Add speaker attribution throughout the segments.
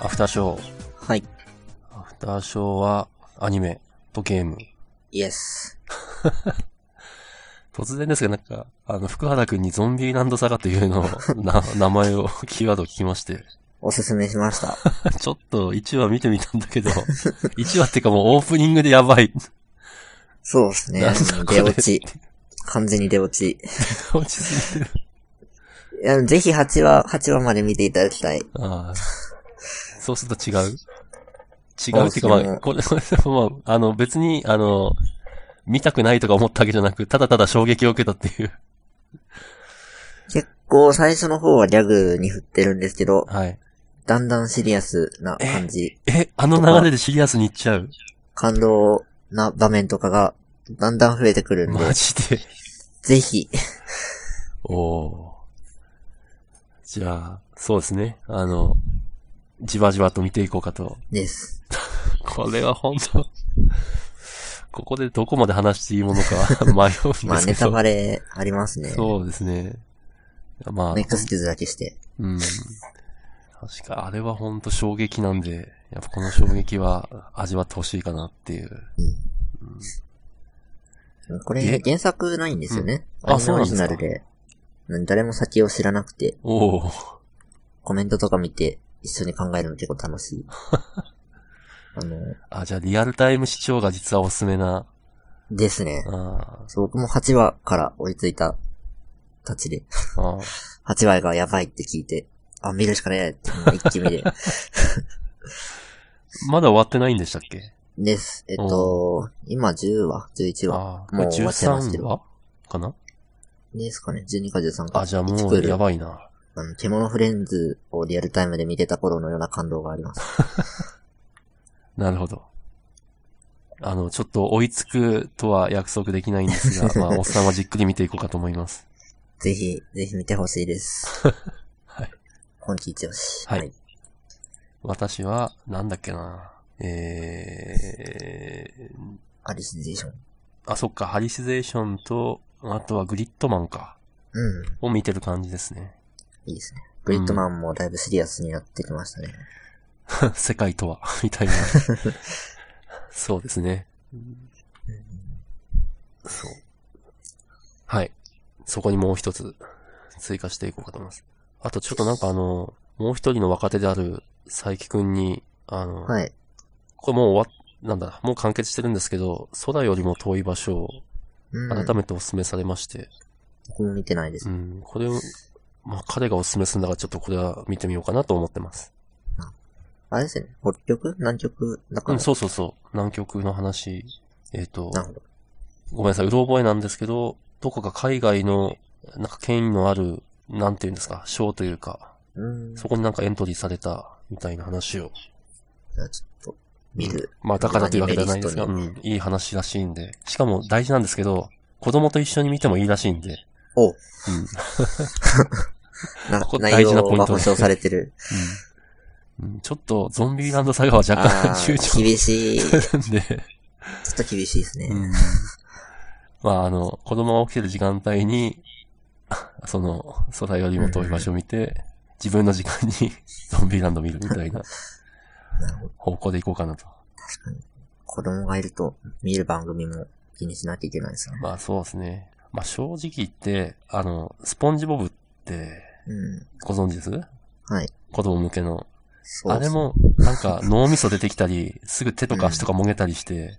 Speaker 1: アフターショー。
Speaker 2: はい。
Speaker 1: アフターショーは、アニメとゲーム。
Speaker 2: イエス。
Speaker 1: 突然ですが、なんか、あの、福原くんにゾンビランドサガというのを、 な、名前を、 キーワードを聞きまして、
Speaker 2: おすすめしま した。
Speaker 1: ちょっと1話見てみたんだけど、1話ってかもうオープニングでやばい。
Speaker 2: そうですね
Speaker 1: なんだ。これ
Speaker 2: 出落ち。完全に出落ち。
Speaker 1: 落ちすぎてる。
Speaker 2: いやぜひ8話、8話まで見ていただきたい。
Speaker 1: ああ。そうすると違う違
Speaker 2: そうう
Speaker 1: って
Speaker 2: で
Speaker 1: いうか
Speaker 2: すね
Speaker 1: まあ、これ、これでもまあ、あの、別に、あの、見たくないとか思ったわけじゃなく、ただただ衝撃を受けたっていう。
Speaker 2: 結構最初の方はギャグに振ってるんですけど、
Speaker 1: はい。
Speaker 2: だんだんシリアスな感じ、
Speaker 1: え、あの流れでシリアスに行っち ゃう
Speaker 2: 感動な場面とかが、だんだん増えてくるんで、
Speaker 1: マジで。
Speaker 2: ぜひ、
Speaker 1: おおー。じゃあ、そうですね。あの、じわじわと見ていこうかと。
Speaker 2: です。
Speaker 1: これは本当ここでどこまで話していいものか 迷うんですけど。
Speaker 2: まあネタバレありますね。
Speaker 1: そうですね。まあ
Speaker 2: ネ、ックスキューズだけして。
Speaker 1: うん。確か、あれは本当衝撃なんで、やっぱこの衝撃は味わってほしいかなっていう。
Speaker 2: こ
Speaker 1: え
Speaker 2: れ原作ないんですよね。
Speaker 1: うんあ
Speaker 2: アニメ
Speaker 1: そう
Speaker 2: オ
Speaker 1: なん
Speaker 2: リ
Speaker 1: で
Speaker 2: ジ
Speaker 1: すか
Speaker 2: ナルで。うん誰も先を知らなくて、
Speaker 1: おお。
Speaker 2: コメントとか見て一緒に考えるの結構 楽しい。あの、
Speaker 1: あ、じゃあリアルタイム視聴が実はおすすめな。
Speaker 2: ですね。
Speaker 1: あ
Speaker 2: そう、僕も8話から追いついた、たちで、
Speaker 1: ーあー。
Speaker 2: 8話がやばいって聞いて、あ、見るしかねえって、もう一気 見で。
Speaker 1: まだ終わってないんでしたっけ
Speaker 2: です。えっと、今10話 ?11 話
Speaker 1: ああ、
Speaker 2: もう終わってますけ
Speaker 1: 13
Speaker 2: ど
Speaker 1: 話かな
Speaker 2: ですかね ?12 か13か。
Speaker 1: あ、じゃあ
Speaker 2: 1
Speaker 1: も
Speaker 2: クー
Speaker 1: う
Speaker 2: ル
Speaker 1: やばいな。
Speaker 2: あの、獣フレンズをリアルタイムで見てた頃のような感動があります。
Speaker 1: なるほど。あの、ちょっと追いつくとは約束できないんですが、 まあ、おっさんはじっくり見ていこうかと思います。
Speaker 2: ぜひ、ぜひ見てほしいです。
Speaker 1: はい。
Speaker 2: 今季一押し。
Speaker 1: はい。私は、なんだっけな。えー、
Speaker 2: アリシゼーション。
Speaker 1: あ、そっか、ハリシゼーションと、あとはグリッドマンか。
Speaker 2: うん。
Speaker 1: を見てる感じですね。
Speaker 2: いいですね。グリッドマンもだいぶシリアスになってきましたね。
Speaker 1: 世界とは、 みたいな。そうですね。そう。はい。そこにもう一つ追加していこうかと思います。あとちょっとなんかあの、もう一人の若手である佐伯くんに、あの、
Speaker 2: はい。
Speaker 1: これもう終わっ、なんだ、もう完結してるんですけど、空よりも遠い場所を
Speaker 2: うん。
Speaker 1: 改めてお勧めされまして、
Speaker 2: 僕も見てないです
Speaker 1: う。ん、これを、まあ、彼がお勧めするんだからちょっとこれは見てみようかなと思ってます。
Speaker 2: あれですね。北極南極だか
Speaker 1: う
Speaker 2: ら。
Speaker 1: ん、そうそうそう。南極の話、えっ、と、
Speaker 2: なるほど。
Speaker 1: ごめんなさい、うろ覚えなんですけど、どこか海外の、なんか権威のある、なんていうんですか、賞というか、
Speaker 2: うん。
Speaker 1: そこになんかエントリーされた、みたいな話を。
Speaker 2: じゃあちょっと、見る。
Speaker 1: まあ、だからというわけじゃないですが、
Speaker 2: アニ
Speaker 1: う
Speaker 2: メリス
Speaker 1: ん、いい話らしいんで。しかも大事なんですけど、子供と一緒に見てもいいらしいんで。
Speaker 2: おう
Speaker 1: うん。うん
Speaker 2: な
Speaker 1: ここ大
Speaker 2: 内
Speaker 1: 事なポイ
Speaker 2: 容
Speaker 1: ントで
Speaker 2: が保
Speaker 1: す
Speaker 2: 証され てる。
Speaker 1: うんちょっと、ゾンビランドサガは若干
Speaker 2: あ
Speaker 1: 躊躇
Speaker 2: ー 厳しい。ちょ
Speaker 1: してるんで、
Speaker 2: っと厳しいですね。
Speaker 1: うん。まあ、あの、子供が起きてる時間帯に、 その、空よりも遠い場所を見て、自分の時間に ゾンビランド見るみたいな
Speaker 2: なるほど。
Speaker 1: 方向でいこうかなと。
Speaker 2: 確かに。子供がいると、見る番組も気にしなきゃいけないですよね。
Speaker 1: まあ、そうですね。まあ、正直言って、あの、スポンジボブって、
Speaker 2: うん。
Speaker 1: ご存知です
Speaker 2: はい。
Speaker 1: 子供向けの。
Speaker 2: そう
Speaker 1: あれ
Speaker 2: ですね。
Speaker 1: も、なんか脳みそ出てきたり、すぐ手とか足とかもげたり して、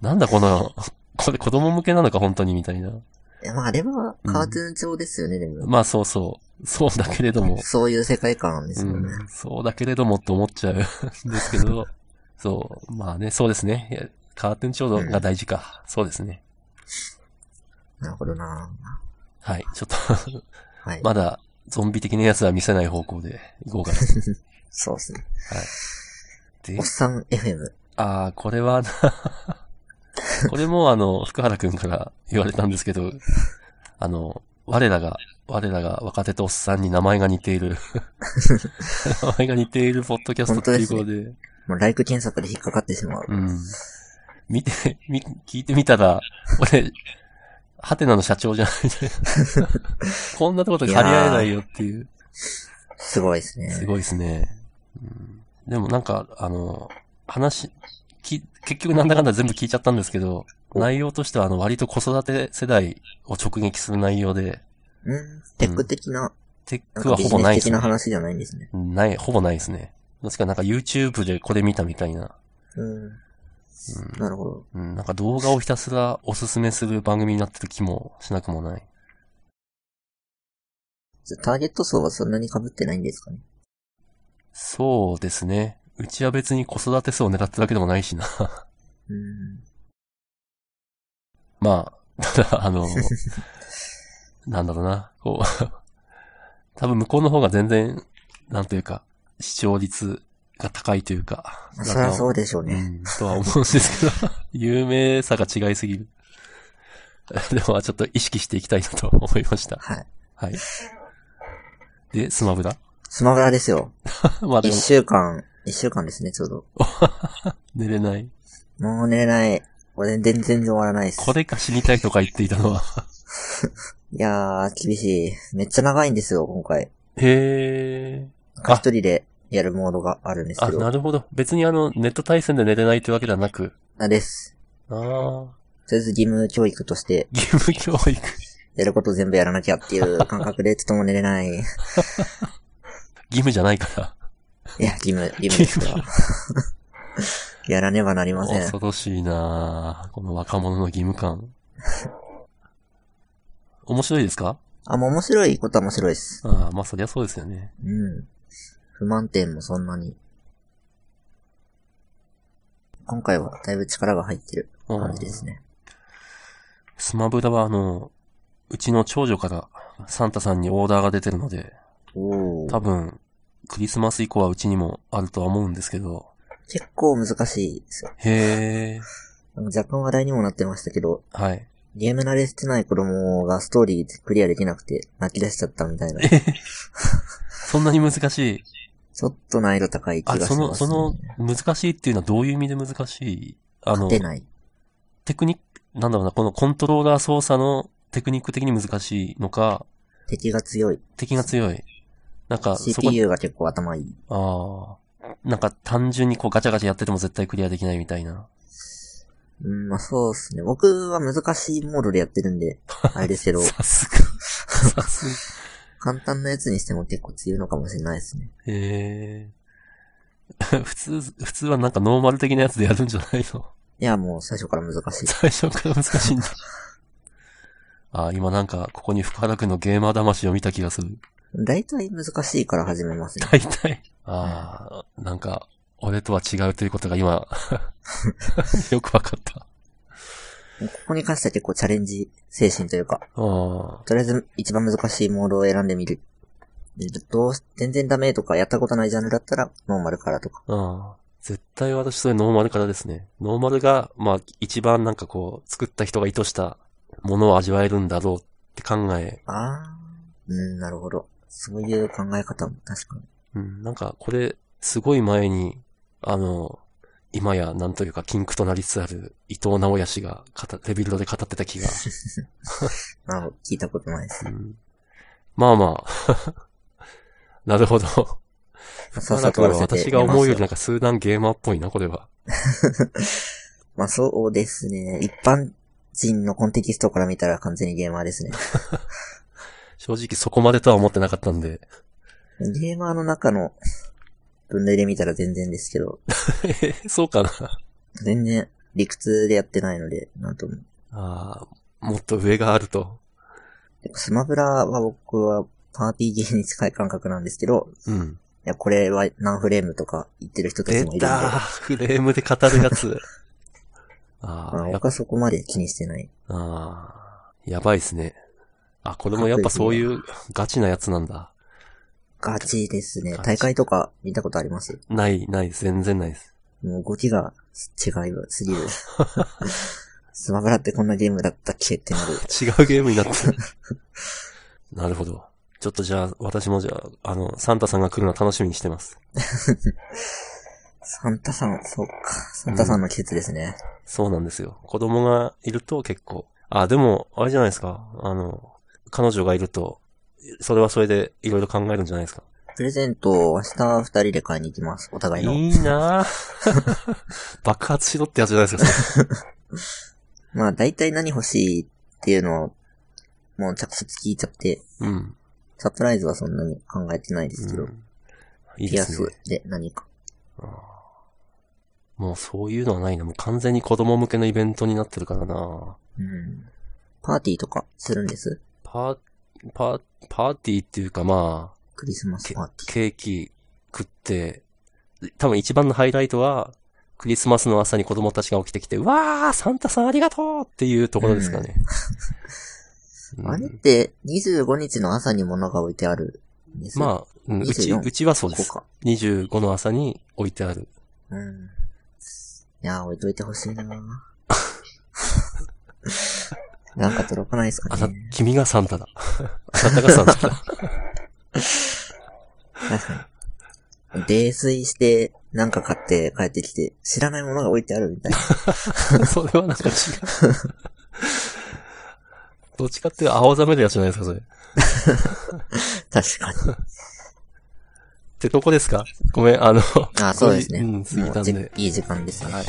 Speaker 1: なんだこの、これ子供向けなのか本当にみたいな。
Speaker 2: えまあ、あれはカートゥーン調ですよね、でも。
Speaker 1: まあそうそう。そうだけれども、
Speaker 2: そういう世界観です
Speaker 1: う
Speaker 2: よね。
Speaker 1: ん、そうだけれどもって思っ ちゃうんですけど、そう、まあね、そうですね。いやカーテン調度が大事か。そうですね。
Speaker 2: なるほどな
Speaker 1: はい。ちょっと、
Speaker 2: はい。
Speaker 1: まだ、ゾンビ的なやつは見せない方向でいこうかな。
Speaker 2: そうですね。
Speaker 1: で
Speaker 2: おっ、さん FM。
Speaker 1: ああ、これはな、 これもあの、福原くんから言われたんですけど、あの、我らが、我らが若手とおっさんに名前が似てい る。名前が似ているポッドキャストっていうことで、
Speaker 2: もう、ライク検索で引っかかってしまう。
Speaker 1: うん。見て、 み、聞いてみたら、俺、ハテナの社長じゃない でこんなとこと借り合えないよっていう。
Speaker 2: すごいですね。
Speaker 1: すごいですね。うんでもなんか、あの、話、き、結局なんだかんだ全部聞いちゃったんですけど、内容としてはあの、割と子育て世代を直撃する内容で、
Speaker 2: うん。テック的な、
Speaker 1: テッ
Speaker 2: な
Speaker 1: ク
Speaker 2: んか
Speaker 1: は
Speaker 2: ビ
Speaker 1: ほ
Speaker 2: ジ
Speaker 1: ぼ
Speaker 2: ネ
Speaker 1: ない
Speaker 2: ス
Speaker 1: です
Speaker 2: 的な
Speaker 1: ね。
Speaker 2: 話じゃないんですね。
Speaker 1: ない、ほぼないですね。確かになんか YouTube でこれ見たみたいな。
Speaker 2: うん。なるほど。
Speaker 1: うん、なんか動画をひたすらおすすめする番組になってる気もしなくもない。
Speaker 2: じゃあターゲット層はそんなに被ってないんですかね。
Speaker 1: そうですね。うちは別に子育て層を狙ってるわけでもないしな。
Speaker 2: うん。
Speaker 1: まあ、ただ、あ の、なんだろうな、こう、 多分向こうの方が全然、なんというか、視聴率が高いというか、
Speaker 2: まあそりゃそううでしょうね。
Speaker 1: ん、とは思うんですけど、 有名さが違いすぎる。 でも、ちょっと意識していきたいなと思いました。
Speaker 2: はい。
Speaker 1: はい。で、スマブラ
Speaker 2: スマブラですよ。
Speaker 1: まあで
Speaker 2: 一
Speaker 1: も、
Speaker 2: 週間、一週間ですね、ちょうど。
Speaker 1: 寝れない。
Speaker 2: もう寝れない。俺全然終わらないです。
Speaker 1: これか死にたいとか言っていたのは。
Speaker 2: いやー、厳しい。めっちゃ長いんですよ、今回。
Speaker 1: へー。
Speaker 2: なんか一人でやるモードがあるんです
Speaker 1: あ、
Speaker 2: けど。
Speaker 1: なるほど。別にあの、ネット対戦で寝れないというわけではなく、
Speaker 2: あです。
Speaker 1: ああ、
Speaker 2: とりあえず義務教育として、
Speaker 1: 義務教育。
Speaker 2: やること全部やらなきゃっていう感覚で、ちょっともう寝 れない。い
Speaker 1: 義務じゃないか
Speaker 2: や、義務、義務です から。やらねばなりま
Speaker 1: ら。
Speaker 2: せん。
Speaker 1: 恐ろしいなあこの若者の義務感。面白いですか
Speaker 2: あ、もう面白いことは面白いです。
Speaker 1: ああ、まあそりゃそうですよね。
Speaker 2: うん。不満点もそんなに。今回はだいぶ力が入ってる
Speaker 1: うん
Speaker 2: 感じですね。
Speaker 1: スマブラはあの、うちの長女からサンタさんにオーダーが出てるので、
Speaker 2: お
Speaker 1: 多
Speaker 2: ー
Speaker 1: 分、クリスマス以降はうちにもあるとは思うんですけど。
Speaker 2: 結構難しいですよ。
Speaker 1: へえ、
Speaker 2: あの若干話題にもなってましたけど、
Speaker 1: はい。
Speaker 2: ゲーム慣れしてない子供がストーリークリアできなくて泣き出しちゃったみたいな。
Speaker 1: そんなに難しい。
Speaker 2: ちょっと難易度高い気
Speaker 1: あ、
Speaker 2: がします、
Speaker 1: そ
Speaker 2: ね。
Speaker 1: の、その、難しいっていうのはどういう意味で難しいあの、
Speaker 2: 出ない。
Speaker 1: テクニック、なんだろうな、このコントローラー操作のテクニック的に難しいのか、
Speaker 2: 敵が強い。
Speaker 1: 敵が強い。なんか、そこ、
Speaker 2: CPU が結構頭いい。
Speaker 1: ああ、なんか単純にこうガチャガチャやってても絶対クリアできないみたいな。
Speaker 2: うん、まあそうですね。僕は難しいモードでやってるん で、あれですけど、
Speaker 1: さすが。さす
Speaker 2: 簡単なやつにしても結構強いのかもしれないですね。
Speaker 1: が。えー 普通、普通はなんかノーマル的なやつでやるんじゃない の
Speaker 2: いや、もう最初から難しい。
Speaker 1: 最初から難しいんだ。ああ、今なんか、ここに福原くんのゲーマー魂を見た気がする。
Speaker 2: 大体難しいから始めますね。
Speaker 1: 大体。ああ、なんか、俺とは違うということが 今、よくわかった。
Speaker 2: ここに関しては結構チャレンジ精神というか、
Speaker 1: あ
Speaker 2: とりあえず一番難しいモードを選んでみる。でどうし、全然ダメとか、やったことないジャンルだったら、ノーマルからとか。
Speaker 1: あ、ああ。絶対私それノーマルからですね。ノーマルが、まあ、一番なんかこう、作った人が意図したものを味わえるんだろうって考え、
Speaker 2: あー。うん、なるほど。そういう考え方も確かに。
Speaker 1: うん、なんかこれ、すごい前に、あの、今や、なんというか、禁句となりつつある伊藤直哉氏が語、レビルドで語ってた気が。
Speaker 2: なるほど聞いたことないです。
Speaker 1: うん、まあまあ。 なるほど。
Speaker 2: さっ
Speaker 1: な
Speaker 2: さ
Speaker 1: んか
Speaker 2: と終わらせ
Speaker 1: 私
Speaker 2: て
Speaker 1: が思うより
Speaker 2: みま
Speaker 1: なんか数段ゲーマーっぽいな、これは。
Speaker 2: すまあそうですね。一般人のコンテキストから見たら完全にゲーマーです ね。
Speaker 1: 正直そこまでとは思ってなかったん で。
Speaker 2: ゲーマーの中の分類で見たら全然ですけど、
Speaker 1: そうかな。
Speaker 2: 全然理屈でやってないので、なんとも。
Speaker 1: ああ、もっと上があると。
Speaker 2: やっぱスマブラは僕はパーティーゲーに近い感覚なんですけど、
Speaker 1: うん。
Speaker 2: いや、これは何フレームとか言ってる人たち
Speaker 1: 出
Speaker 2: もいるんで、
Speaker 1: た
Speaker 2: ま
Speaker 1: フレームで語るやつ。 あ
Speaker 2: あ
Speaker 1: あ、やっ
Speaker 2: 僕はそこまで気にしてない。
Speaker 1: ああ、やばいっすね。あ、これもやっぱそういうガチなやつなんだ。
Speaker 2: ガチですね
Speaker 1: ガ。チ
Speaker 2: 大会とか見たことあります
Speaker 1: ない、ない、全然ないです。
Speaker 2: もう動きが違い すぎる。スマブラってこんなゲームだったっけってなる。
Speaker 1: 違うゲームになって る。なるほど。ちょっとじゃあ、私もじゃあ、あの、サンタさんが来るの楽しみにしてます。
Speaker 2: サンタさん、そうか。サンタさんの季節ですね。
Speaker 1: そうなんですよ。子供がいると結構。あ、でも、あれじゃないですか。あの、彼女がいると、それはそれでいろいろ考えるんじゃないですか。
Speaker 2: プレゼントを明日二人で買いに行きます。お互いの。
Speaker 1: いいなぁ 爆発しろってやつじゃないですか、それ
Speaker 2: まあ、大体何欲しいっていうのを、もう着々聞いちゃって、
Speaker 1: うん。
Speaker 2: サプライズはそんなに考えてないですけど、
Speaker 1: うんいい
Speaker 2: ピ
Speaker 1: で
Speaker 2: ア
Speaker 1: す
Speaker 2: ス
Speaker 1: ね。
Speaker 2: で何か。
Speaker 1: もうそういうのはないな。もう完全に子供向けのイベントになってるからな
Speaker 2: うん。パーティーとかするんです
Speaker 1: パー、パー、パーティーっていうかまあ、
Speaker 2: クリスマス
Speaker 1: ケ
Speaker 2: パーティー。
Speaker 1: ケーキ食って、多分一番のハイライトは、クリスマスの朝に子供たちが起きてきて、うわー、サンタさんありがとうっていうところですかね。うん
Speaker 2: あれって25日の朝に物が置いてあるんですあ、
Speaker 1: まあ、うんうち、
Speaker 2: 24
Speaker 1: うちはそう
Speaker 2: こ
Speaker 1: で
Speaker 2: こ
Speaker 1: す。
Speaker 2: か。
Speaker 1: 25の朝に置いてある。
Speaker 2: うん。いやー、置いといてほしいなー なんか届かないです
Speaker 1: あ
Speaker 2: か
Speaker 1: な
Speaker 2: ね。、
Speaker 1: 君がサンタだ。あなたがサンタだ。
Speaker 2: 確かに。泥酔して、なんか買って帰ってきて、知らないものが置いてあるみ たいな。
Speaker 1: それはなんか違う。どっちかっていうと青ざめるやつじゃないですか、それ。っ
Speaker 2: 確かに。
Speaker 1: てとこですかごめん、あの、
Speaker 2: あ、そうですね。
Speaker 1: うん、過ぎたん
Speaker 2: もう
Speaker 1: で。
Speaker 2: じいい時間ですね。
Speaker 1: はい。